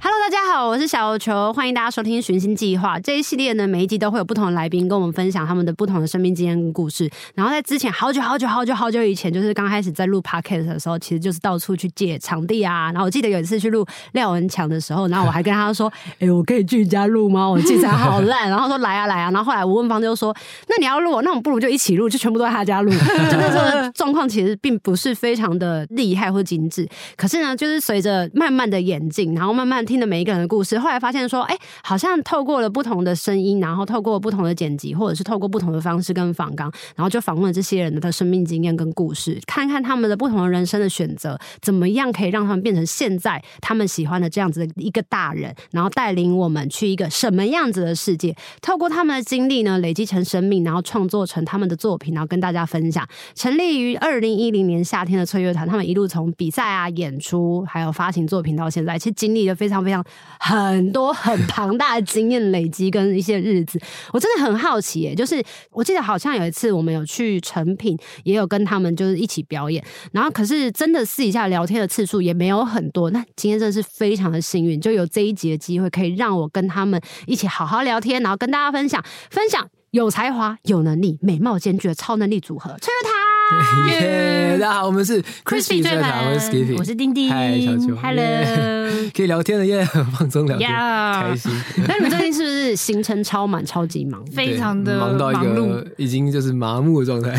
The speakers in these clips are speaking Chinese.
Hello，大家好，我是小球，欢迎大家收听《寻星计划》这一系列呢，每一集都会有不同的来宾跟我们分享他们的不同的生命经验跟故事。然后在之前好久好久好久好久以前，就是刚开始在录 podcast 的时候，其实就是到处去借场地啊。然后我记得有一次去录廖文强的时候，然后我还跟他说：“ 哎、我可以去你家录吗？我器材好烂。”然后说：“来啊来啊。”然后后来我问方就说：“那你要录哦，那我们不如就一起录，就全部都在他家录。” 就那时候的状况其实并不是非常的厉害或精致，可是呢，就是随着慢慢的演进，然后慢慢听的每一个人的故事，后来发现说，哎、好像透过了不同的声音，然后透过不同的剪辑，或者是透过不同的方式跟访纲，然后就访问了这些人的生命经验跟故事，看看他们的不同的人生的选择，怎么样可以让他们变成现在他们喜欢的这样子的一个大人，然后带领我们去一个什么样子的世界，透过他们的经历呢，累积成生命，然后创作成他们的作品，然后跟大家分享。成立于二零一零年夏天的翠乐团，他们一路从比赛啊、演出，还有发行作品到现在，其实经历了非常非常很多很庞大的经验累积跟一些日子。我真的很好奇、耶，就是我记得好像有一次我们有去成品，也有跟他们就是一起表演，然后可是真的私底下聊天的次数也没有很多。那今天真的是非常的幸运，就有这一集的机会可以让我跟他们一起好好聊天，然后跟大家分享分享。有才华、有能力、美貌兼具的超能力组合，翠乐团。耶！大家好，我们是 Crispy 最最烦，我是 Skippy，我是丁丁嗨，小球耶 ，Hello，可以聊天了耶，很 放松聊天， Yeah 开心，那你们最近是不是行程超满、超级忙？非常的对忙到一碌， 个已经就是麻木的状态，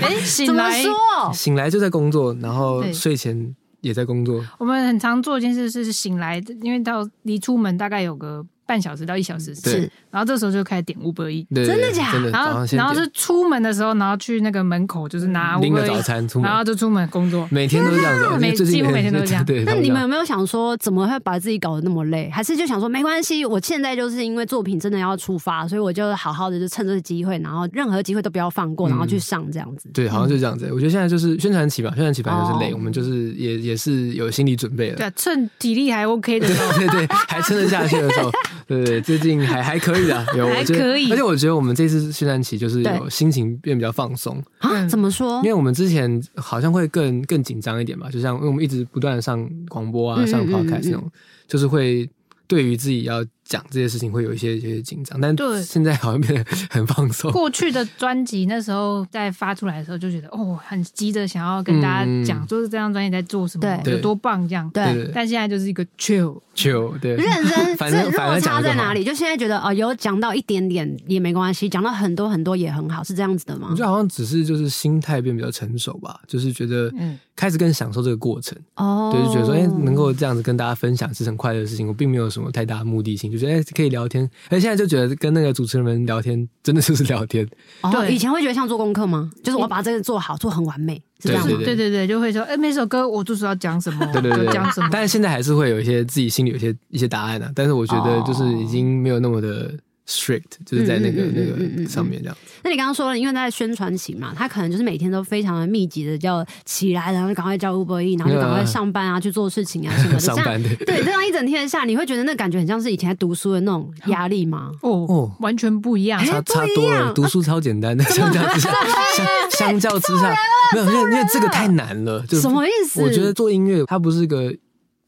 哎，醒怎么来，说？醒来就在工作，然后对睡前也在工作，我们很常做一件事是醒来，因为到离出门大概有个半小时到一小时，对是然后这时候就开始点 Uber E，对，真的对假真的，然早后上先然后点嗯是出门的时候，然后去那个门口就是拿拎个 Uber 早 E，餐嗯出门然，后就出门工作。每天都是这 样子，我觉每得最近几乎每天都对这 样对，那你们差有没有想说，怎么会把自己搞得那么累？还是就想说，没关系，我现在就是因为作品真的要出发，所以我就好好的就趁这个机会，然后任何机会都不要放过，嗯然后去上这样子不多。对，好像就这样嗯子。我觉得现在就是宣传期吧，宣传期反正就是累，哦我们就是也也是有心理准备了对。啊，趁体力还 OK 的时候，对对对，还撑得下去的时候，对对，最近还还可以的，有还我觉得可以而且我觉得我们这次宣传期就是对有心情变比较放松，啊？嗯怎么说因？为我们之前好像会更更紧张一点吧，就像因为我们一直不断的上广播嗯啊，嗯上嗯 podcast 嗯那种，就是会对于自己要讲这些事情会有一些有一些紧张，但对现在好像变得很放松。 过去的专辑那时候在发出来的时候就觉得哦，很急着想要跟大家讲，嗯就是这张专辑在做什么，对有多棒这样。对对，对对但现在就是一个 chill，就对， 认真， 反这正反落差正讲得在更好哪里？就现在觉得哦，有讲到一点点也没关系，讲到很多很多也很好，是这样子的吗我觉？得好像只是就是心态变比较成熟吧，就是觉得嗯开始更享受这个过程。哦，对，就觉得说，哎、能够这样子跟大家分享是很快乐的事情，我并没有什么太大的目的性，就觉得哎、可以聊天。而现在就觉得跟那个主持人们聊天，真的就是聊 天，哦对以前会觉得像做功课吗？就是我要把这个做好，做很完美，是这样就吗是对对对对，就会说，哎，每首歌我就是要讲什么，对对对就讲什么。但是现在还是会有一些自己心里有一些一些答案啊，但是我觉得就是已经没有那么的 strict，就是在那个、哦嗯嗯嗯嗯嗯嗯那个上面这样。那你刚刚说了，因为在宣传期嘛，他可能就是每天都非常的密集的要起来，然后赶快叫 Uber E，然后就赶快上班啊，去做事情啊 什么的。上班这样对对，这样一整天下，你会觉得那感觉很像是以前在读书的那种压力吗？ 哦哦，完全不一 哎差样。差多了，读书超简单的，相较之下， 相相较之下，没有，因为因为这个太难了，就是什么意思？我觉得做音乐它不是一个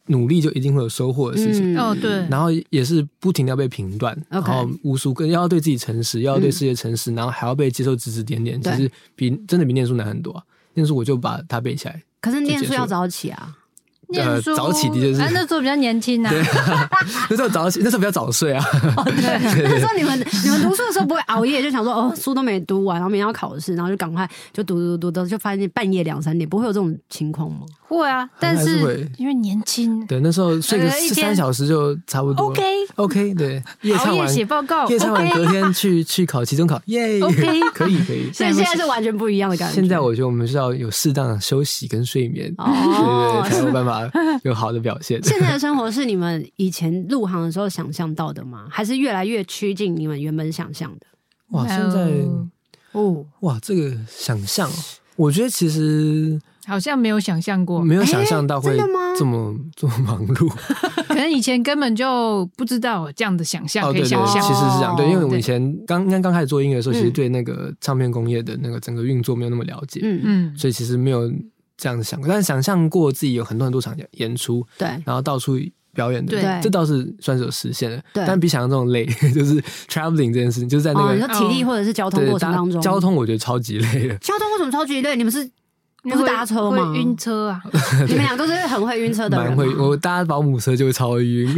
努力就一定会有收获的事情，嗯哦，对，然后也是不停的要被评断，然 OK 后无数个要对自己诚实，要对世界诚实，然后还要被接受指指点点，其对实比真的比念书难很多啊。念书我就把它背起来，可是念书要早起啊，念书呃早起的确是啊那时候比较年轻啊，那时候早起，那时候比较早睡啊，那时候你们你们读书的时候不会熬夜，就想说哦书都没读完，然后明天要考试，然后就赶快就读读读读，就发现半夜两三点，不会有这种情况吗？会啊， 但还是是会因为年轻对，那时候睡个呃一四天三小时就差不多，OK， OK，对，夜熬唱夜完，写报告夜唱完隔，OK，天去去考期中考，耶 OK 可以可以。所以现在是完全不一样的感觉。现在我觉得我们是要有适当的休息跟睡眠，哦对对，才有办法有好的表现。 现在的生活是你们以前入行的时候想象到的吗？还是越来越趋近你们原本想象的？哇，现在哦，哇，这个想象哦，我觉得其实好像没有想象过，没有想象到会哎诶真的吗这么这么忙碌。可能以前根本就不知道有这样的想象哦，可对以对，想象哦其。实是这样，对，因为我以对前刚刚刚开始做音乐的时候，其实嗯对那个唱片工业的那个整个运作没有那么了解，嗯嗯，嗯，所以其实没有这样想过，但是想象过自己有很多很多场演出，对，然后到处表演的，对这倒是算是有实现了。对但比想象中累， 就是 traveling 这件事情，就是在那哦，你个、说体力或者是交通对过程搭当中，交通我觉得超级累的。交通为什么超级累？你们是不因是为搭车吗会？晕车啊，你们俩都是很会晕车的人蛮吗，会，我搭保姆车就会超晕，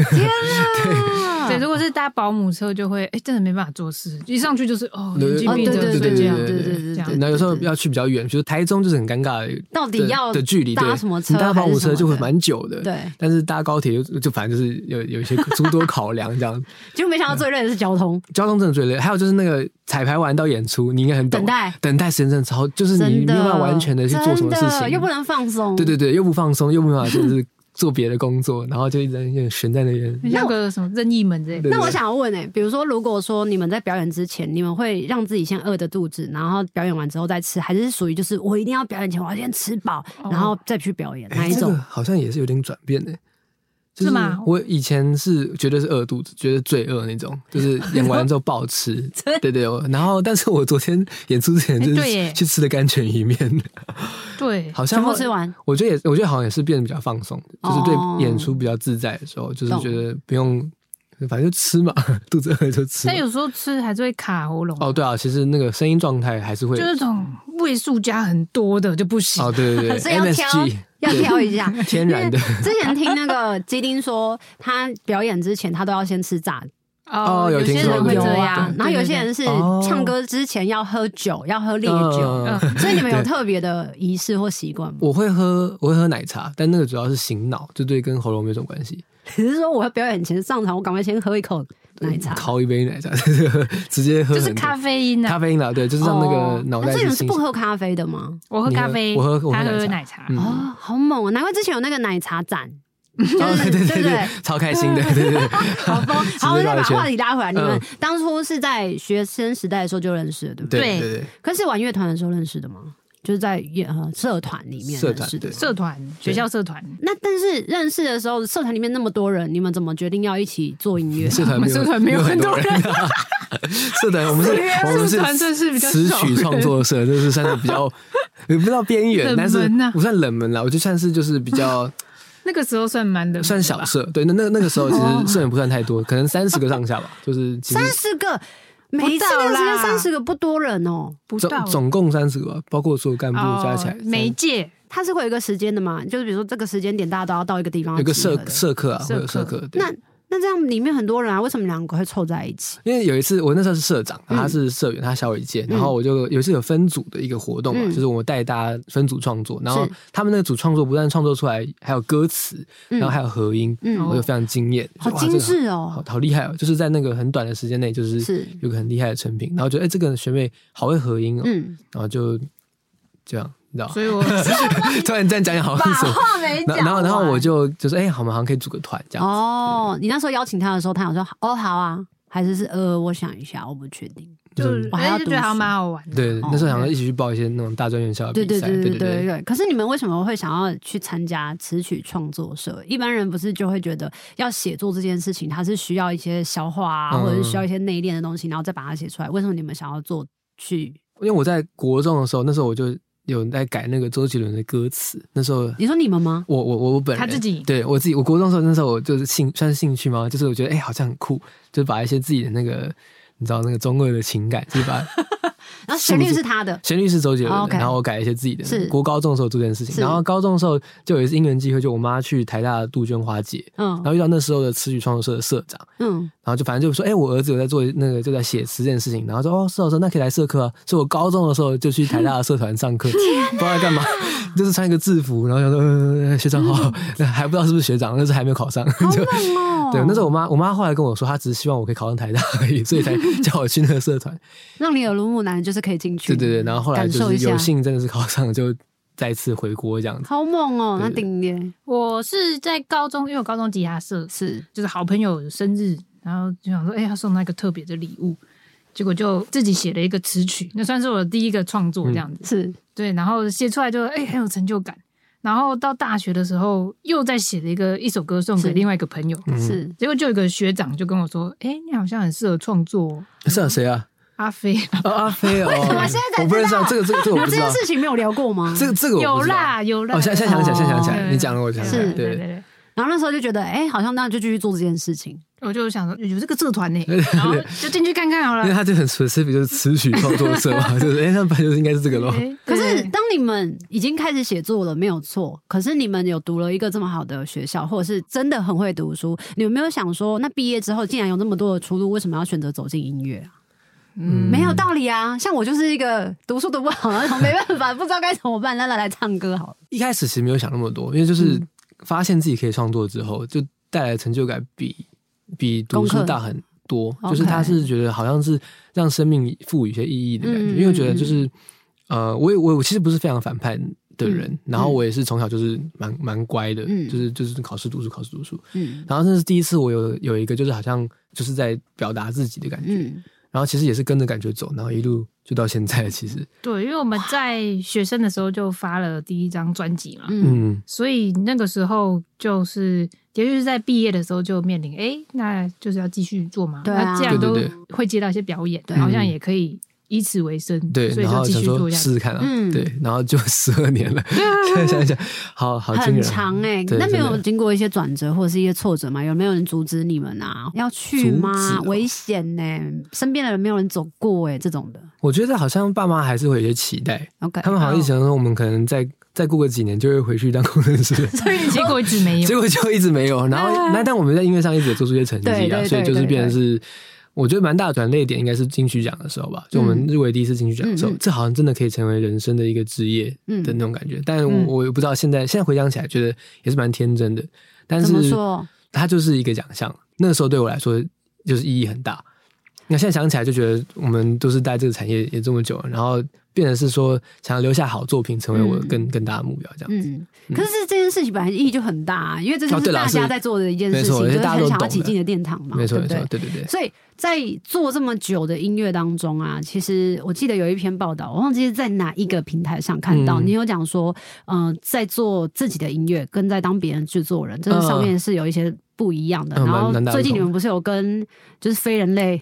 啊对，如果是搭保姆车就会，哎，真的没办法做事，一上去就是哦，对眼睛哦，闭对着对对睡对觉，对对对这样对，那有时候对对要去比较远，就是台中就是很尴尬的到底的要的距离，搭对什么车你搭保姆车还是什就会么的蛮久的，。对，但是搭高铁就就反正就是有有一些诸多考量，这样结果没想到最累的是交通，交通真的最累。还有就是那个彩排完到演出，你应该很懂等待等待时间真的超，就是你真没的有办法完全的去做什么事真的情，又不能放松，对对对，又不放松，又没办法就是做别的工作，然后就一直在那边悬在那 边。很像个什么任意门之类的。对那对我想要问诶、欸比如说，如果说你们在表演之前，你们会让自己先饿着肚子，然后表演完之后再吃，还是属于就是我一定要表演前我要先吃饱，哦然后再去表演哪哎，一这个种？好像也是有点转变的。就是吗我以前是绝对是饿肚子，觉得罪恶那 种，就是演完之后暴吃，对对。我然后，但是我昨天演出之前哎就对是耶去吃了甘 泉一面，对，好像全部后吃完，我觉得也，我觉得好像也是变得比较放松，就是哦对演出比较自在的时候，就是觉得不用，反正就吃嘛， 肚子饿就吃嘛但。有时候吃还是会卡喉咙，哦，对啊，其实那个声音状态还是会就那种味素加很多的就不行哦，。对对对所以要挑，MSG 要挑一 下。天然的之前听那个基丁说，他表演之前他都要先吃炸哦有有听些说人过会油这啊样，，然后有些人是唱哦歌之前要喝酒，要喝烈酒，嗯所以你们有对特别的仪式或习惯吗？我会喝，我会喝奶茶，但那个主要是醒脑，就对跟喉咙没什么关系。只是说我要表演前上场，我赶快先喝一口奶茶，靠一杯奶茶， 直接喝对对对很就多，是咖啡因啊咖。啡因啦，对，就是让那个脑哦那袋这去种是清不醒。喝咖啡的吗？我喝你喝咖啡，嗯我喝我喝他喝奶奶茶。嗯哦，好猛啊！难怪之前有那个奶茶展， 就是、哦 对对不对对对对？，超开心的， 对对对。好 疯！好，我们再把话题拉回来。你们嗯当初是在学生时代的时候就认识的，对不对？对对对可是玩乐团的时候认识的吗？就是在乐呃社团里面社认团识的对。哦社团，学校社团，那但是认识的时候，社团里面那么多人，你们怎么决定要一起做音乐啊对，？社团没有我们社团没有很多人， 社团我们是，我们啊社团真是比较词少曲人创作社，这是算是比 较也不知道边缘，冷但是门啊不算冷门啦，我就算是就是比较 那个时候算蛮冷，算小社，对，那那那个时候其实社员不算太多，可能三十个上下吧，就是其实三十个，每一次那个时间三十个不多人哦。不总到总共三十个吧，包括所有干部加起来哦，每一每届它是会有一个时间的嘛？就是比如说这个时间点，大家都要到一个地方有个集合社的社课啊，社会课有社课。对那那这样里面很多人啊，为什么两个会凑在一起？因为有一次我那时候是社长，嗯他是社员，他小我一届，嗯然后我就有一次有分组的一个活动嘛，啊嗯就是我带大家分组创作，然后是他们那个组创作不但创作出来，还有歌词，嗯然后还有合音，嗯我就非常惊艳，好就哇精这个致好哦，好厉害哦！就是在那个很短的时间内，就是是，有个很厉害的成品，然后觉得哎、这个学妹好会合音哦，嗯，然后就这样，你知道吗？所以 我突然这样讲 讲好像什么，话没然后然后然后我完就就是哎、好嘛，好像可以组个团这样子。哦，你那时候邀请他的时候，他有说哦好啊，还是是呃，我想一下，我不确定。就就是我还要哎就觉读得好像书蛮好玩的。对，哦那时候想要一起去报一些那种大专院校的对比对赛，对对对对对对。可是你们为什么会想要去参加词曲创作社？一般人不是就会觉得要写作这件事情，它是需要一些消化啊，嗯或者是需要一些内敛的东西，然后再把它写出来。为什么你们想要做去？因为我在国中的时候，那时候我就有在改那个周杰伦的歌词。那时候你说你们吗？我我我我本人他自己对我自己，我国中的时候那时候我就是兴算是兴趣吗？就是我觉得哎、好像很酷，就是把一些自己的那个你知道那个中二的情感，就是 把然后旋律是他的，旋律是周杰伦的哦，OK 然后我改一些自己的。是国高中的时候做这件事情，是然后高中的时候就有一次因缘机会，就我妈去台大的杜鹃花节，嗯然后遇到那时候的词曲创作社的社长。嗯，然后就反正就说，哎、我儿子有在做那个，就在写词这件事情。然后说，哦，是哦，是哦那可以来社课啊。所以我高中的时候就去台大的社团上 课，不知道在干嘛，就是穿一个制服，然后想说，呃、学长好， 还不知道是不是学长，那是还没有考上。嗯好 就猛哦！对，那时候我妈，我妈后来跟我说，她只是希望我可以考上台大而已，所 以才叫我去那个社团。让你耳濡目染，就是可以进去。对对对，然后后来感就受一是有下，幸真的是考上，就再次回国这样子。好猛哦！那对对顶耶我是在高中，因为我高中吉他社是就是好朋友生日，然后就想说，哎、要送他一个特别的礼物。结果就自己写了一个词曲，那算是我的第一个创作这嗯样子。是对，然后写出来就哎、很有成就感。然后到大学的时候，又再写了一个一首歌送是给另外一个朋友，嗯是，结果就有一个学长就跟我说：“哎、你好像很适合创作、哦。是啊，谁啊？”阿飞啊 阿飞哦，么现在才我不认识啊，知这个这个这个那我不这知件道，事情没有聊过吗？这个这个我 有不知道。啦有啦，哦，现在现在想起来，现在想起来，哦你讲了，我想起来，是是，对对对，对。然后那时候就觉得，哎、好像那就继续做这件事情。我就想说有这个社 团呢，然后就进去看看好因为了。他就很 specific，就是词曲创作社嘛， 就是哎，那本来就是应该是这个咯。诶可是对当你们已经开始写作了，没有错。可是你们有读了一个这么好的学校，或者是真的很会读书，你有没有想说，那毕业之后竟然有那么多的出路，为什么要选择走进音乐啊？嗯没有道理啊！像我就是一个读书读不好的那种，没办法，不知道该怎么办，那来来唱歌好了。一开始其实没有想那么多，因为就是嗯发现自己可以创作之后，就带来的成就感比比读功书课大很多。 OK 就是他是觉得好像是让生命赋予一些意义的感觉，嗯因为我觉得就是呃，我也我我其实不是非常反叛的人，嗯然后我也是从小就是蛮蛮乖的，嗯就是就是考试读书考试读书，嗯然后那是第一次我有有一个就是好像就是在表达自己的感觉，嗯，然后其实也是跟着感觉走，然后一路就到现在了其实对，因为我们在学生的时候就发了第一张专辑嘛，嗯嗯所以那个时候就是，也就是在毕业的时候就面临，哎，那就是要继续做嘛。对啊那既然都对对嗯会接到一些表演，对好像也可以以此为生，对，所以然就后继想续做说下去。试试看啊，嗯啊对，然后就十二年了，现在 想一想，好好惊很人，长哎、啊对那没真的有经过一些转折或者是一些挫折吗？有没有人阻止你们啊？要去阻吗止？哦危险呢、身边的人没有人走过哎、这种的。我觉得好像爸妈还是会有一些期待， OK，他们好像一直想说我们可能再再过个几年就会回去当工程 师，所以你 结果一直没 有结。果就一直没 有。然后那但我们在音乐上一直有做出一些成对绩啊对啊，对所以就是对变成是。我觉得蛮大的转捩点应该是金曲奖的时候吧，就我们入围第一次金曲奖的时候，嗯嗯嗯这好像真的可以成为人生的一个职业嗯的那种感觉。但嗯我我也不知道现在现在回想起来，觉得也是蛮天真的。但是怎么说？它就是一个奖项。那个时候对我来说就是意义很大。那现在想起来就觉得，我们都是在这个产业也这么久了，然后变成是说想要留下好作品，成为我嗯更、更大的目标，这样子。嗯，可是这件事情本来意义就很大、啊，因为这就哦是对啦大家是在做的一件事没情，错就是而且大家很都想要懂挤的进你的殿堂嘛，没错，对不没对错，？对对对。所以在做这么久的音乐当中啊，其实我记得有一篇报道，我忘记是在哪一个平台上看到，嗯你有讲说，嗯、在做自己的音乐跟在当别人制作人，这个上面是有一些不一样的。嗯然后蛮蛮大的最近不同你们不是有跟就是非人 类，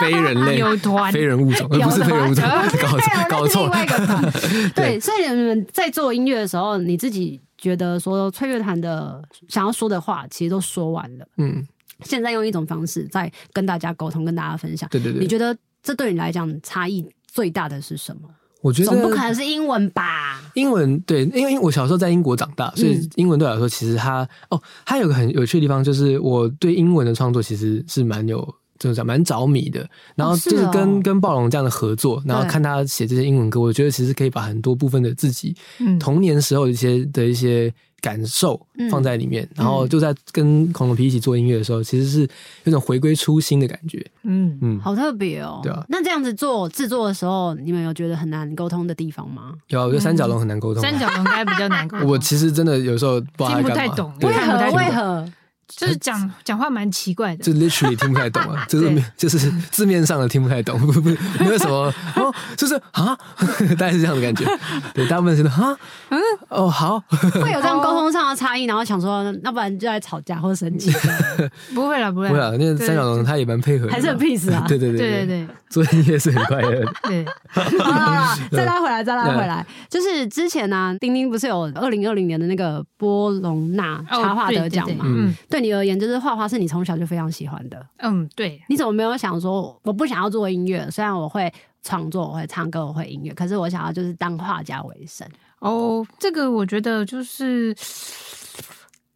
非人类有团非人物种，呃有不是非人物种，团搞哎错呦那搞是错另了。外一个 团对，对所以你们在做音乐的时候，你自己觉得说翠乐坛的想要说的话，其实都说完了，嗯，现在用一种方式在跟大家沟通，跟大家分享。对对你对。觉得这对你来讲差异最大的是什么？我觉总不可得嗯能是英文吧？英文对，因为我小时候在英国长大，所以嗯英文对我来说，其实它哦，它有个很有趣的地方，就是我对英文的创作其实是蛮有。就是讲蛮着迷的，然后是就是哦跟、跟暴龙这样的合作，然后对看他写这些英文歌，我觉得其实可以把很多部分的自己嗯，童年时候的一些的一些感受嗯放在里面，然后就在跟恐龙皮一起做音乐的时候，其实是有种回归初心的感觉。嗯，嗯，好特别哦。对啊那这样子做制作的时候，你们有觉得很难沟通的地方吗？有啊，我觉得三角龙很难沟通。啊三角龙应该比较难沟通我其实真的有时候不知道听不在干太嘛懂对为看不何太？懂为何？就是讲讲话蛮奇怪的就。literally 听不太懂 啊，就是没就是字面上的听不太懂， 不不没有什么哦，就是啊，大概是这样的感觉。对，大部分人都啊，嗯，哦好， 会有这样沟通上的差异，然后想说，要不然就来吵架或生气，不会啦，不会不会啦，啊，那三角龙他也蛮配合的嘛，？还是很 peace 啊 对对对对对对做音乐是很快乐 的。对， 好啦好 啦再拉回来，再拉回来，就是之前呢、啊，丁丁不是有二零二零年的那个波隆纳哦插画得奖对对嘛？对嗯对你而言，就是画画是你从小就非常喜欢的，嗯，对，你怎么没有想说，我不想要做音乐，虽然我会创作，我会唱歌，我会音乐，可是我想要就是当画家为生，哦，这个我觉得就是，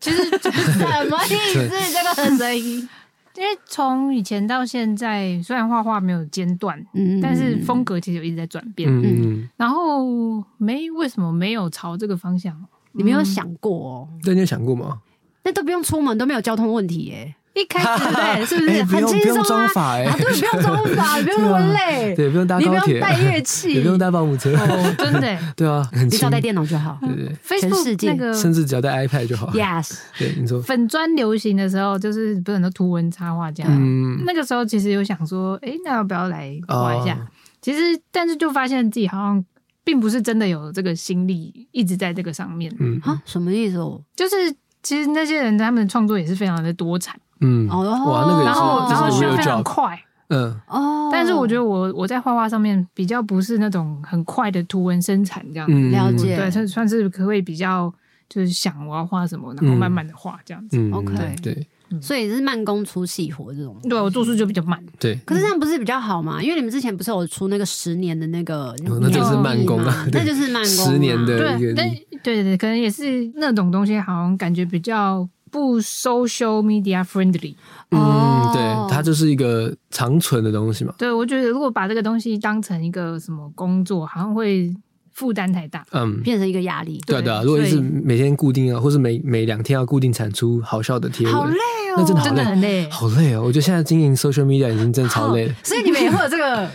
其实什么意思？这个声音，因为从以前到现在，虽然画画没有间断， 嗯但是风格其实有一直在转变。嗯嗯，然后没为什么没有朝这个方向？嗯你没有想过哦，对你有想过吗？ 那都不用出门，都没有交通问题耶、一开始 对，是不是哎不很用轻不松用装啊？法哎啊，对，不用装法， 不用那么累，对，不用搭你不高用铁，带 乐器，也不用搭保姆车，哦，真的耶 对啊，很你只轻要，带电嗯脑就好。对对世，Facebook 界那个对，甚至只要带 iPad 就好。 Yes，对，你说，粉砖流行的时候，就是不是很多图文插画家，嗯，那个时候其实有想说，哎、那要不要来画一下？哦其实，但是就发现自己好像并不是真的有这个心力一直在这个上面。嗯啊，什么意思哦？就是其实那些人他们的创作也是非常的多产，嗯，哦哇，那个然后哦然后也是，需就要是学 real 非常 job，快。嗯，哦，但是我觉得我我在画画上面比较不是那种很快的图文生产这样，嗯了解对，算算是可以比较就是想我要画什么，然后慢慢的画这样子。嗯 OK 对所以是慢工出细活这种。对我做事就比较慢，对，可是这样不是比较好吗？因为你们之前不是有出那个十年的那个年历哦吗，那真是慢工啊对那就是慢工啊，十年的一对，个但对对对，可能也是那种东西，好像感觉比较不 social media friendly。哦嗯，对，它就是一个长存的东西嘛。对我觉得如果把这个东西当成一个什么工作，好像会负担太大。嗯，变成一个压力，对啊对对啊，如果一直所以每天固定啊，或是每每两天要固定产出好笑的贴好文累，哦，那真的好真的 很累，好累哦。我觉得现在经营 social media 已经真的超累了嗯好，哦所以你们也会有这个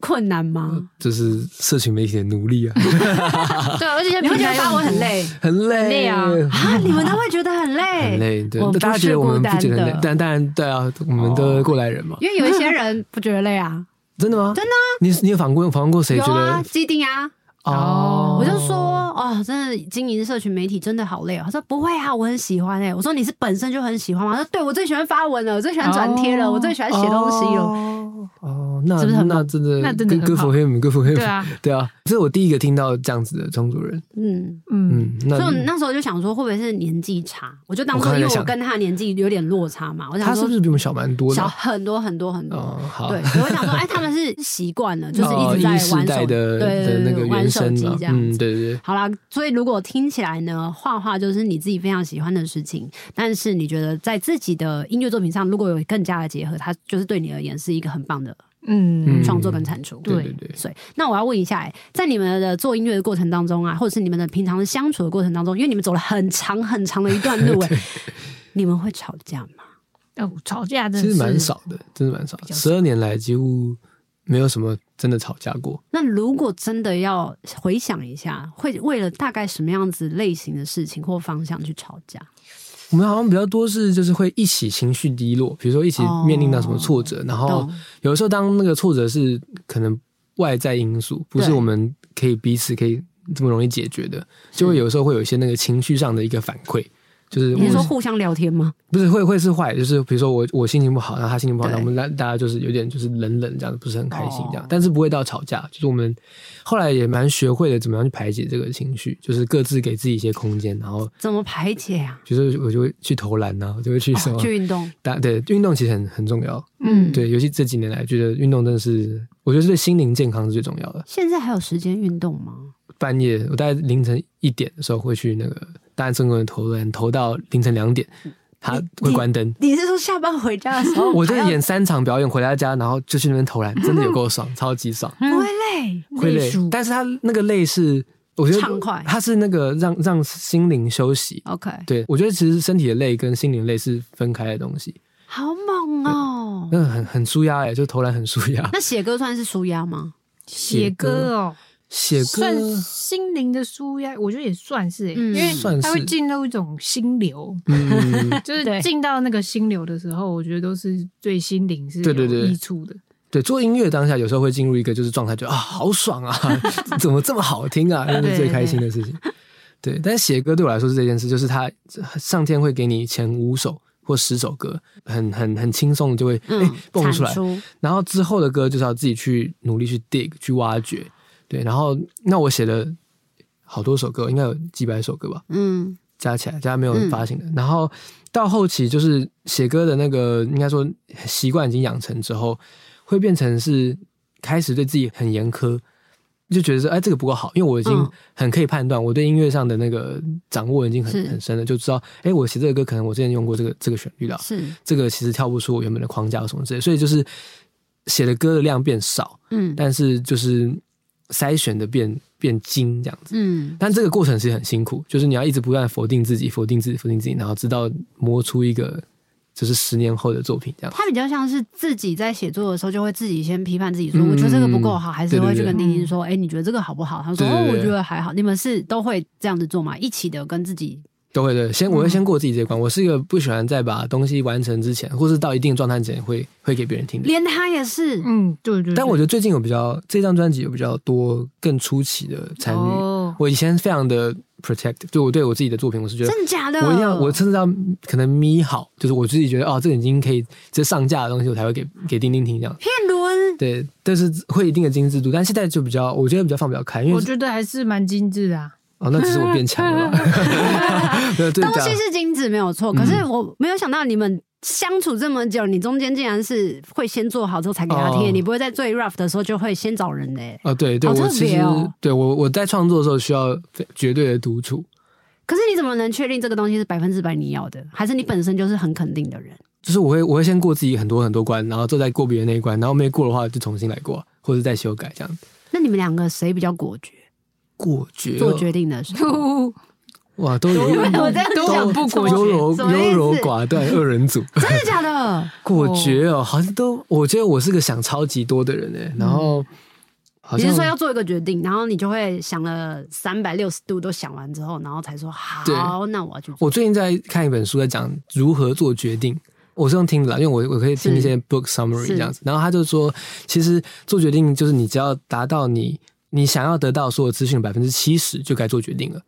困难吗？就是社群媒体的努力啊， 对，而且你会觉得发我文很，累很累，累啊啊？你们都会觉得很累，嗯很。累。对我们，不大家觉是得我们不觉孤得单的累，但当然对啊，我们都是过来人嘛。因为有一些人不觉得累啊，真的吗？真啊的你你有访问访问过谁有觉啊，得？基定啊，哦我就说哦，真的经营社群媒体真的好累哦。他说不会啊，我很喜欢哎、我说你是本身就很喜欢吗？他说对，我最喜欢发文了，我最喜欢转贴了，哦我最喜欢写东西了。哦。哦，那是不是很那真的，那真的很歌好佛黑姆，歌佛黑姆，对啊， 对啊，这是我第一个听到这样子的创作人。嗯，嗯，嗯，所以我那那时候就想说，会不会是年纪差？我就当我做刚才因在为我想跟他年纪有点落差嘛，我想他是说不是比我们小蛮多的小啊？很多很多很多。哦，好，对，所以我想说，哎，他们是习惯了，就是哦一直在一玩世手代机，的对的对那对个对，玩原手声机嘛这，样嗯，子。对对对，好啦，所以如果听起来呢，画画就是你自己非常喜欢的事情，但是你觉得在自己的音乐作品上，如果有更加的结合，它就是对你而言是一个很棒的嗯嗯创作跟产出。对对对，所以，那我要问一下、哎，在你们的做音乐的过程当中啊，或者是你们的平常的相处的过程当中，因为你们走了很长很长的一段 路、哎，你们会吵架吗？哦，吵架真的嗯其实是蛮少的，真的蛮少的，较十二年来几乎没有什么真的吵架过。那如果真的要回想一下，会为了大概什么样子类型的事情或方向去吵架？我们好像比较多是就是会一起情绪低落，比如说一起面临到什么挫折，然后哦懂有的时候当那个挫折是可能外在因素，不是对我们可以彼此可以这么容易解决的，就会有时候会有一些那个情绪上的一个反馈，就是你是说我互相聊天吗？不是会会是坏，就是比如说我我心情不好，然后他心情不好，对然后我们大大家就是有点就是冷冷这样，不是很开心这样，哦但是不会到吵架，就是我们后来也蛮学会了怎么样去排解这个情绪，就是各自给自己一些空间，然后怎么排解啊？比如说我就会去投篮啊，我就会去什么、哦去运动，打对运动其实很很重要，嗯，对，尤其这几年来，觉得运动真的是，我觉得是对心灵健康是最重要的。现在还有时间运动吗？半夜我大概凌晨一点的时候会去那个大安森公园投篮，投到凌晨两点，他会关灯。你是说下班回家的时候我就还要演三场表演，回到家然后就去那边投篮，真的有够爽，超级爽，不会嗯累？会累累输。但是他那个累是，我觉得畅快他是那个让让心灵休息。 OK，对，我觉得其实身体的累跟心灵累是分开的东西，好猛哦！那很很舒压哎，就投篮很舒压。那写歌算是舒压吗？写歌哦，写歌算心灵的舒压，我觉得也算是欸，嗯因为算它会是进入一种心流，嗯， 就是对进到那个心流的时候，我觉得都是对心灵是对对对有益处的。对，做音乐当下有时候会进入一个就是状态，就啊好 爽啊，怎么这么好听啊，那是最开心的事情。对，但是写歌对我来说是这件事，就是它上天会给你前五首或十首歌，很很很轻松地就会哎、嗯，蹦出产来，出然后之后的歌就是要自己去努力去 dig 去挖掘。对，然后那我写了好多首歌，应该有几百首歌吧，嗯，加起来，加没有发行的。然后到后期就是写歌的那个，应该说习惯已经养成之后，会变成是开始对自己很严苛，就觉得说，哎，这个不够好，因为我已经嗯很可以判断，我对音乐上的那个掌握已经很是很深了，就知道，哎，我写这个歌可能我之前用过这个这个旋律了，是，这个其实跳不出我原本的框架或什么之类，所以就是写的歌的量变少，嗯但是就是筛选的变变精这样子。嗯，但这个过程其实很辛苦，就是你要一直不断地否定自己，否定自己，否定自己，然后直到磨出一个就是十年后的作品这样。他比较像是自己在写作的时候，就会自己先批判自己说，嗯我觉得这个不够好，还是对对会去对跟丁丁说，哎、你觉得这个好不好？他说，对对哦，我对觉得还好。你们是都会这样子做吗？一起的跟自己，都会对，先我会先过自己这一关。我是一个不喜欢在把东西完成之前，或是到一定状态之前会会给别人听的。连他也是，嗯，对对。但我觉得得最近有比较这张专辑有比较多更出奇的参与。哦，我以前非常的 protect，就我对我自己的作品，我是觉得真的假的？我一定要，我甚至要可能咪好，就是我自己觉得哦，这个已经可以这上架的东西，我才会给给钉钉听这样。骗伦，对，但是会有一定的精致度，但现在就比较，我觉得比较放比较开，因我为觉得还是蛮精致的啊。哦，那只是我变强 了吧。对对啊东这西样是金子没有错，可嗯是我没有想到你们。相处这么久，你中间竟然是会先做好之后才给他听，哦你不会在最 rough 的时候就会先找人的、欸。哦，对对，好我特其别实哦对我我在创作的时候需要非绝对的独处，可是你怎么能确定这个东西是百分之百你要的？还是你本身就是很肯定的人？就是我会我会先过自己很多很多关，然后之后再过别人那一关，然后没过的话就重新来过，或者再修改这样。那你们两个谁比较果决？过绝做决定的时候，哇，都有 我真的都想很不果决优柔什么意思优柔寡断二人组。真的假 的？果决哦，好像都，我觉得我是个想超级多的人哎，然后嗯好你像是说要做一个决定，然后你就会想了三百六十度都想完之后，然后才说对好，那我要去做。我最近在看一本书，在讲如何做决定。我是用听的啦，因为我我可以听一些 book summary 是这样子。然后他就说，其实做决定就是你只要达到你你想要得到所有资讯百分之七十，就该做决定了。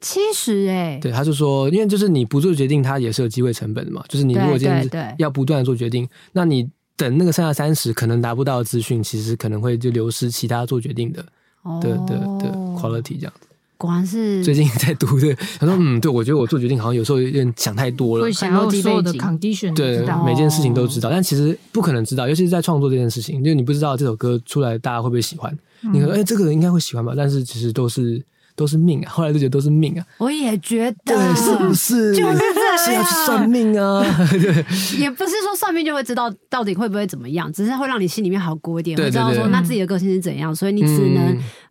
其实哎，对，他就说，因为就是你不做决定，它也是有机会成本的嘛。就是你如果对今天对是对，要不断的做决定，那你等那个剩下三十可能达不到的资讯，其实可能会就流失其他做决定的的的的哦 quality 这样。果然是最近在读的，他说嗯，对我觉得我做决定好像有时候有点想太多了会，想要所有的 condition 对知道，每件事情都知道，但其实不可能知道，尤其是在创作这件事情，因为你不知道这首歌出来大家会不会喜欢，你可能哎、这个人应该会喜欢吧，但是其实都是都是命啊，后来就觉得都是命啊，我也觉得，对，是不是？就是这是要去样算命啊， 也不是说算命就会知道到底会不会怎么样，只是会让你心里面好过一点，对会知道对对说那自己的个性是怎样，所以你只能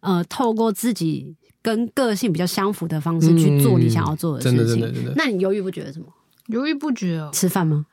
嗯呃透过自己跟个性比较相符的方式去做你想要做的嗯真的事真情的。真的，那你犹豫不决得什么？犹豫不决哦。吃饭 吗？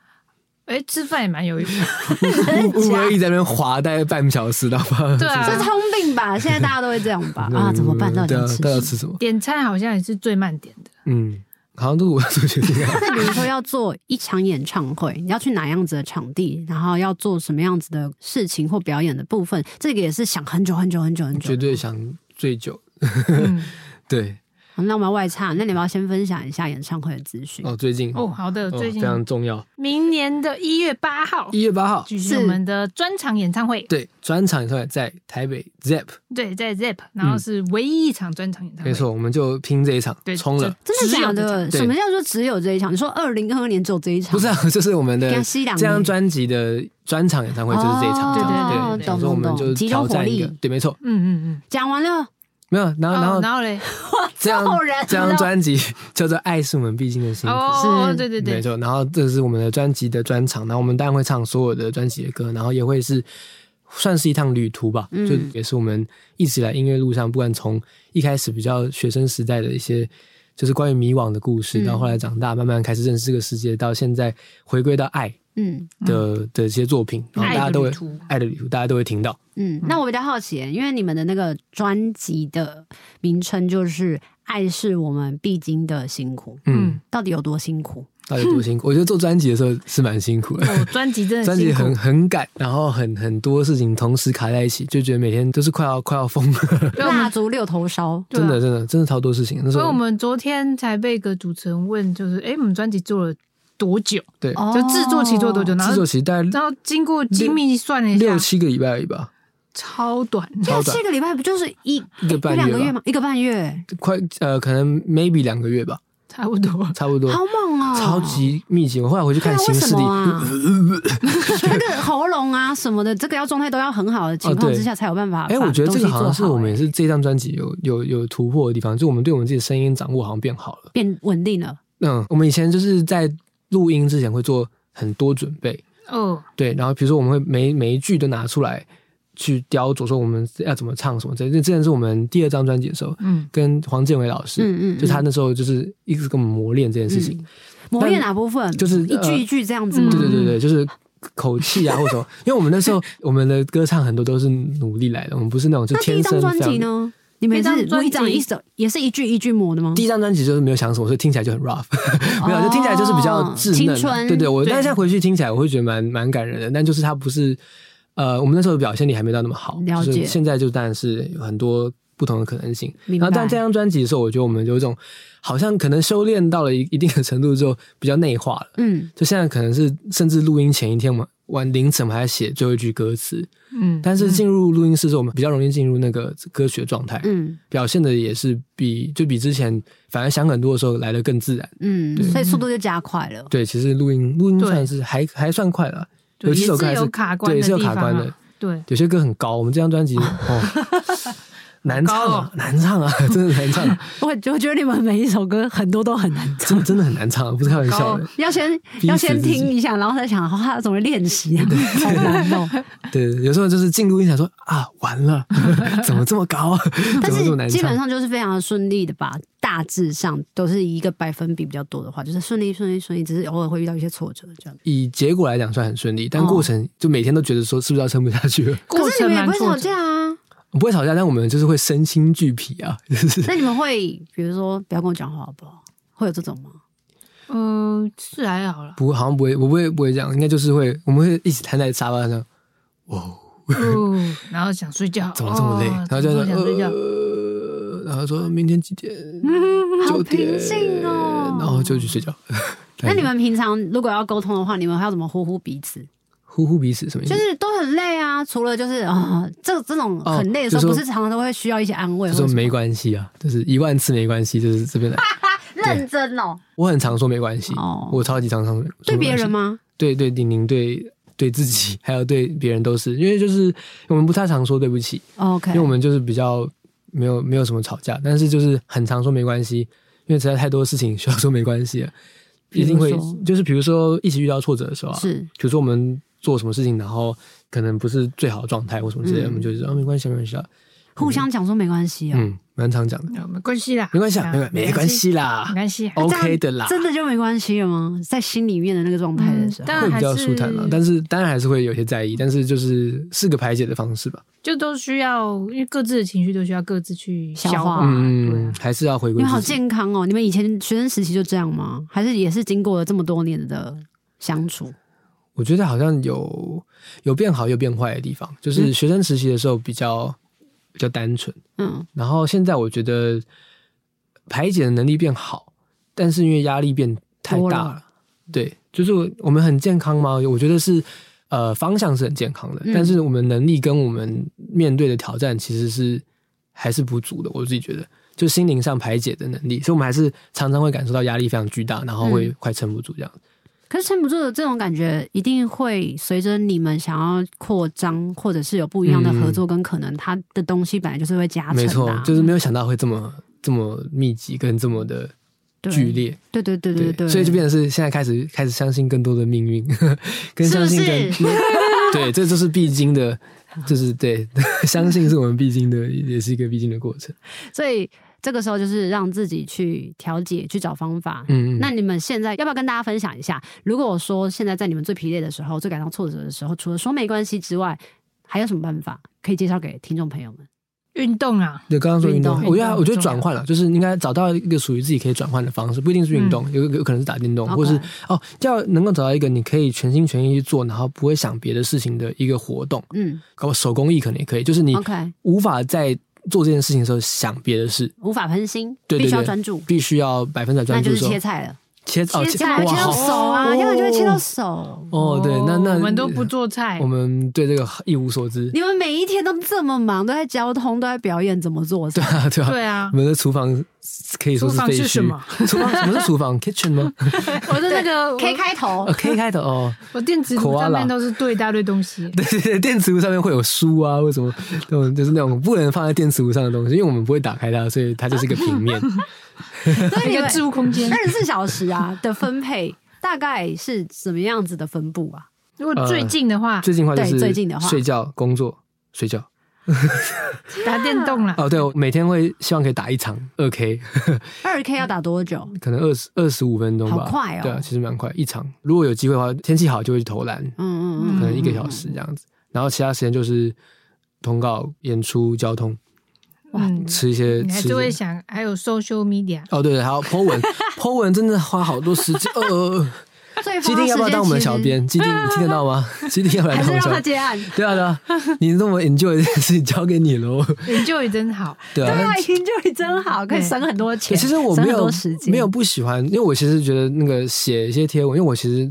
哎，吃饭也蛮犹豫不决， 乌龟一直在那边滑大概半小时到吧？对啊这，通病吧，现在大家都会这样 吧？啊，怎么办？到底对啊要吃到底要什么？吃什么？点餐好像也是最慢点 的。嗯，好像都是我做决定啊。那比如说要做一场演唱会，你要去哪样子的场地，然后要做什么样子的事情或表演的部分，这个也是想很久很久很久很久绝。对想醉酒。嗯，对，好那我们要外差，那你们要先分享一下演唱会的资讯。哦，最近哦，好的，哦最近非常重要，明年的一月八号一月八号，举是行我们的专场演唱会，对，专场演唱会在台北 ZEP，对，在 ZEP，然后是唯一一场专场演唱嗯会，没，错，我们就拼这一场对，，冲了。真的假只有这场的？对什么叫做只有这一场？你说二零二二年只有这一场？不是啊， 就是我们的跟西凉这张专辑的专场演唱会就是这一场，哦这样对对对对，懂想说我们懂就集中挑火战一个力，对，没错，嗯嗯讲完了，没有，然嗯，后然哦后然后嘞，这样揍人了这张专辑 叫做《爱是我们必经的辛苦》，哦，是对对没对，错。然后这是我们的专辑的专场，然后我们当然会唱所有的专辑的歌，然后也会是算是一趟旅途吧，嗯就也是我们一直以来音乐路上，不管从一开始比较学生时代的一些。就是关于迷惘的故事，嗯到后来长大，慢慢开始认识这个世界，到现在回归到爱嗯的、的一些作品，然后大家都会爱的旅途爱的旅途，大家都会听到。嗯。那我比较好奇，因为你们的那个专辑的名称就是《爱是我们必经的辛苦》，嗯，嗯，到底有多辛苦？到底多辛 苦？我觉得做专辑的时候是蛮辛苦的。哦，专辑真的嗯 专辑辛苦很很赶，然后很很多事情同时卡在一起，就觉得每天都是快要快要疯了，对我们蜡烛六头烧，对啊真的真的真的超多事情。那时所以我候们昨天才被一个主持人问，就是哎，诶我们专辑做了多久？对哦就制作期做多久？然制后作期大概然后经过精密算了一下六，七个礼拜而已吧，超短，超六短七个礼拜不就是一一个有半两个月月吧，吗？一个半月，快呃可能 maybe 两个月吧，差不多。差不多，好猛啊！超级密集。我后来回去对看啊，新为什势力呃么，啊？ 那个喉咙啊什么的，这个要状态都要很好的情况哦对之下才有办法。哎，我觉得这个好像是我们也欸是这张专辑有有有突破的地方，就我们对我们自己的声音掌握好像变好了。变稳定了。嗯，我们以前就是在录音之前会做很多准备，哦，对，然后比如说我们会每每一句都拿出来去雕琢说我们要怎么唱什么之类的。这之前是我们第二张专辑的时候，嗯，跟黄建伟老师，嗯嗯嗯就他那时候就是一直跟我们磨练这件事情。磨练哪部分？就是呃一句一句这样子吗？对对对对，就是口气啊或者什么，因为我们那时候 我们的歌唱很多都是努力来的，我们不是那种就那第一天生张专非常辑。呢？你们也是第一张专辑我一张一首，也是一句一句磨的吗？第一张专辑就是没有想什么，所以听起来就很 rough，没 有，就听起来就是比较稚嫩。哦青啊春对对，我对但是现在回去听起来，我会觉得蛮蛮感人的。但就是它不是，呃，我们那时候的表现力还没到那么好，了解就是现在就当然是有很多不同的可能性。明然白嗯后，但这张专辑的时候，我觉得我们有一种好像可能修炼到了一一定的程度之后，比较内化了。嗯，就现在可能是甚至录音前一天，我们晚凌晨我们还写最后一句歌词，嗯，但是进入录音室之后，我们比较容易进入那个歌曲的状态，嗯表现的也是比就比之前反而想很多的时候来的更自然。嗯，所以速度就加快了。对，其实录音录音对算是还还算快了，对有几也首歌还是是有卡关对的是有地卡方关啊的，对，有些歌很高，我们这张专辑哦难唱好高啊哦，难唱啊，真的难唱啊，我我觉得你们每一首歌很多都很难唱，真的真的很难唱啊，不是开玩笑的高。要先逼死要先自己听一下，然后再想，哦，他怎么练 习啊？好难哦。对，有时候就是进录音想说啊，完了， 怎么这么高，啊 但怎么这么难是基唱本？上就是非常顺利的吧，大致上都是一个百分比比较多的话，就是顺利顺利顺利，只是偶尔会遇到一些挫折这样。以结果来讲算很顺利，但哦过程就每天都觉得说是不是要撑不下去了？ 可过是你程们也蛮不会挫吵折，架啊？不会吵架，但我们就是会身心俱疲啊，就是那你们会比如说不要跟我讲话好不好？会有这种吗？嗯，是还好啦。 不好像不会，我不会不会这样，应该就是会我们会一起瘫在沙发上，哦，然后想睡觉， 怎么这么累？哦然后就怎么想睡觉，呃，然后说明天几点？嗯好嗯九平点静哦。然后就去睡觉。那你们平常如果要沟通的话，你们还要怎么呼呼彼此？嗯呼呼彼此什么意思就？是都很累啊，除了就是啊、这这种很累的时候，哦就说不是常常都会需要一些安慰或者就什说么，没关系啊，就是一万次没关系，就是这边来。认真哦，我很常说没关系哦，我超级常常说对别人吗？吗？对对，玲玲对对自己还有对别人都是，因为就是我们不太常说对不起，哦 OK，因为我们就是比较没有没有什么吵架，但是就是很常说没关系，因为实在太多事情需要说没关系了，比一如定会说就是比如说一起遇到挫折的时候啊，是比如说我们做什么事情，然后可能不是最好的状态或什么之类的，嗯我们就是啊没关系没关系啦，互相讲说没关系哦，嗯，蛮常讲的，啊没关系啦，没关系啊，啊没关没关，系哦啦没关系啊。那这样，OK 的啦。真的就没关系了吗？在心里面的那个状态的时候，嗯但会比较舒坦还了是，但是当然还是会有些在意，但是就是是个排解的方式吧。就都需要，因为各自的情绪都需要各自去消消化化。对嗯啊，，还是要回你归们好自己。健康哦！你们以前学生时期就这样吗？还是也是经过了这么多年的相处？我觉得好像有有变好有变坏的地方，嗯就是学生时期的时候比较比较单纯，嗯，然后现在我觉得排解的能力变好，但是因为压力变太多大了嗯了，对，就是我我们很健康吗？我觉得是呃方向是很健康的，嗯但是我们能力跟我们面对的挑战其实是还是不足的，我自己觉得。就心灵上排解的能力，所以我们还是常常会感受到压力非常巨大，然后会嗯快撑不住这样。可是撑不住的这种感觉，一定会随着你们想要扩张，或者是有不一样的合作跟可能，它的东西本来就是会加成的啊、没错，就是没有想到会这么这么密集跟这么的对剧烈，对对对对对，所以就变成是现在开始开始相信更多的命运， 跟是不相信跟是？ 对，这就是必经的，就是对， 相信是我们必经的，也是一个必经的过程。所以这个时候就是让自己去调节，去找方法。嗯，嗯那你们现在要不要跟大家分享一下？如果我说现在在你们最疲累的时候、最感到挫折的时候，除了说没关系之外，还有什么办法可以介绍给听众朋友们？运动啊，对刚刚说运动哦运，动我觉得我觉得很重要转换了，就是应该找到一个属于自己可以转换的方式，不一定是运嗯动，有有可能是打电动，或是 OK 哦，要能够找到一个你可以全心全意去做，然后不会想别的事情的一个活动，嗯搞手工艺可能也可以，就是你，OK，无法在做这件事情的时候想别的事，无法分心，对对对必须要专注，必须要百分之那百专注就的是时候切，菜了。切哦切菜切到哇手啊，哦要不然就会切到手。 哦，对，那那我们都不做菜我，们对这个一无所知， 你们每一天都这么忙，都在交通，都在表演，怎么做？对啊 对啊， 对啊我，们的厨房可以说是厨房废是墟。什么？ 厨房什么是厨房？kitchen 吗？我的那个我 K 开头 呃，，K 开的哦，我电子炉上 Koala 面都是对一大堆东西，对对对，电磁炉上面会有书啊，或什么那种就是那种不能放在电磁炉上的东西，因为我们不会打开它，所以它就是一个平面。所以一你个们置物 空呃间。二十四小时啊的分配大概是什么样子的分布啊？如果最近的话，最近的话就对是最近的话睡觉、工作、睡觉。打电动啦， 哦，对，我每天会希望可以打一场二 K，二 K 要打多久？可能二十二十五分钟吧，好快哦对啊，其实蛮快，一场如果有机会的话，天气好就会去投篮，嗯嗯嗯，可能一个小时这样子，然后其他时间就是通告、演出、交通，嗯，吃一些你还吃是会一些。想，还有 social media，哦，对对，还有 po 文，po 文真的花好多时间。呃呃，呃所以基定要不要当我们的小？编？基定你听得到吗？ 基定要不要还当是我让们小他编？接案？对啊对啊，你这么 enjoy 这件事情交给你喽。研究也真好。对啊，对，研究你真好，可以省很多欸钱。其实我省没很有多时间，没有不喜欢，因为我其实觉得那个写一些贴文，因为我其实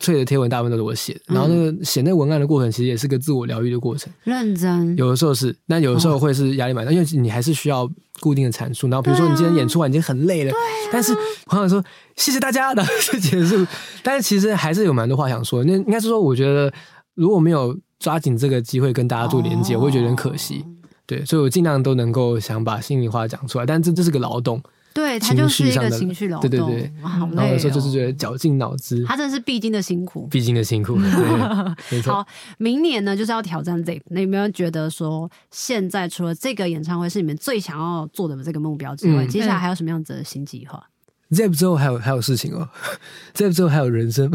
脆的贴文大部分都是我写嗯的，然后那个写那文案的过程其实也是个自我疗愈的过程，认真。有的时候是，但有的时哦候会是压力蛮大，因为你还是需要固定的阐述。然后比如啊说你今天演出完已经很累了，但是朋友说谢谢大家，然后 就结束。但是其实还是有蛮多话想说，那应该是说，我觉得如果没有抓紧这个机会跟大家做连哦接，我会觉得很可惜。对，所以我尽量都能够想把心里话讲出来，但这这是个劳动。对，他情就绪是一上个的情绪劳动，对对对哇好然后累、有哦。时候就是觉得绞尽脑汁，他真的是必经的辛苦。必经的辛苦。对， 没错好。，明年呢就是要挑战这个。那有没有觉得说，现在除了这个演唱会是你们最想要做的这个目标之外，嗯接下来还有什么样子的新计 划？ Zep 之后还有还有事情哦 ，Zep 之后还有人生，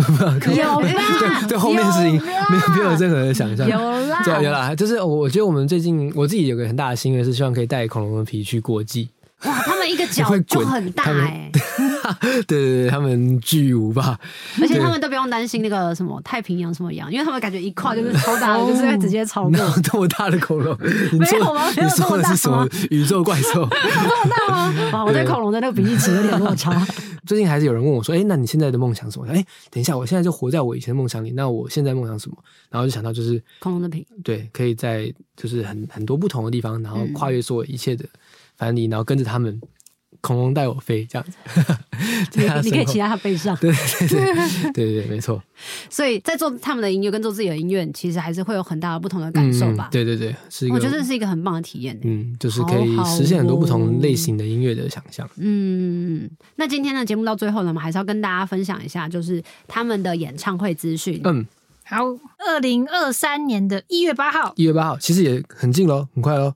有啦对对后面事情没有没有任何的想象。啊有啊啦，对，有啊啦，就是我我觉得我们最近我自己有个很大的心愿是希望可以带恐龙的皮去国际。哇，他们一个脚会滚就很大他们哎、对对对，他们巨无霸， 而且他们都不用担心那个什么太平洋什么洋，因为他们感觉一跨就是超大的，就是会直接超过 没。有这么大的恐龙，你没有说吗没有你说这么的大是什么吗宇宙怪兽？ 哇，我对恐龙的那个比例尺有点落 差。最近还是有人问我说：“哎、那你现在的梦想是什么？”哎、等一下，我现在就活在我以前的梦想里。那我现在梦想是什么？然后就想到就是恐龙的皮，对，可以在就是很很多不同的地方，然后嗯跨越所有一切的藩篱，然后跟着他们，恐龙带我飞这样子。 你 对啊你可以骑身在后它背上。 对对对对对对，没错，所以在做他们的音乐跟做自己的音乐，其实还是会有很大的不同的感受吧嗯。对对对，是一个我觉得这哦是一个很棒的体验欸。嗯，就是可以实现很多不同类型的音乐的想象。嗯，那今天的节目到最后呢，我们还是要跟大家分享一下，就是他们的演唱会资讯。嗯，好，二零二三年的一月八号，一月八号其实也很近喽，很快喽。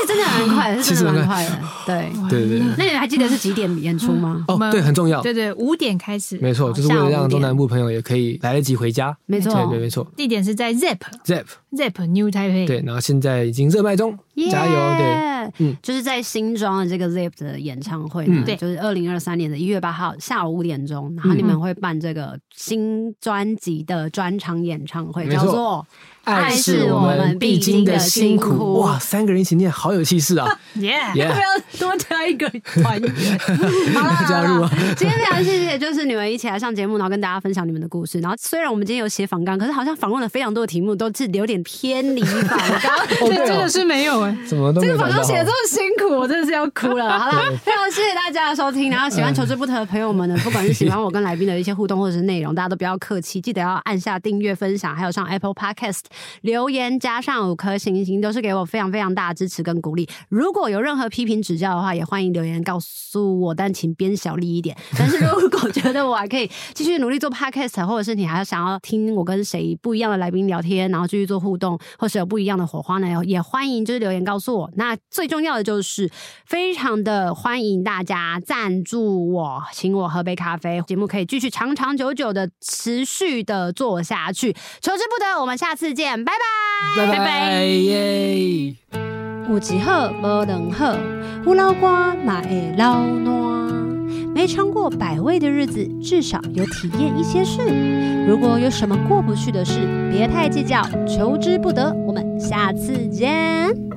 是真的蛮快的，是其真实的蛮蛮快的。对，对对对，那你还记得是几点演出吗？我哦，们对，很重要，对对，五点开始，没错，就是为了让中南部朋友也可以来得及回家。没错对，对，没错地点是在 Zep ，Zep Zep New Taipei，对，然后现在已经热卖中，加油，对。油！嗯就是在新庄的这个 ZIP 的演唱会呢，嗯对就是二零二三年的一月八号下午五点钟，然后你们会办这个新专辑的专场演唱会，没叫错 做爱是我们必经的辛苦。哇，三个人一起念，好有气 势啊！ ，Yeah，耶，要多加一个团 员。好啦加入啊好啦今天非常谢谢，就是你们一起来上节目，然后跟大家分享你们的故事。然后虽然我们今天有写访纲，可是好像访问了非常多的题目，都是有点偏离访 纲。哦这真的是没有哎，什么都这没个有广想告到写的这么辛苦，我真的是要哭了。好啦，非常谢谢大家的收听。然后喜欢求之不得的朋友们呢，不管是喜欢我跟来宾的一些互动或者是内容，大家都不要客气，记得要按下订阅、分享，还有上 Apple Podcast 留言加上五颗星星，都是给我非常非常大的支持跟鼓励。如果有任何批评指教的话，也欢迎留言告诉我，但请编小力一点。但是如果觉得我还可以继续努力做 podcast，或者是你还想要听我跟谁不一样的来宾聊天，然后继续做互动，或是有不一样的火花呢，也欢迎就是留言告诉我。那最重要的就是，非常的欢迎大家赞助我，请我喝杯咖啡，节目可以继续长长久久的持续的做下去。求之不得，我们下次见，拜拜，拜拜耶！有一好无两好，有老瓜嘛会老烂。没尝过百味的日子，至少有体验一些事。如果有什么过不去的事，别太计较，求之不得。我们下次见。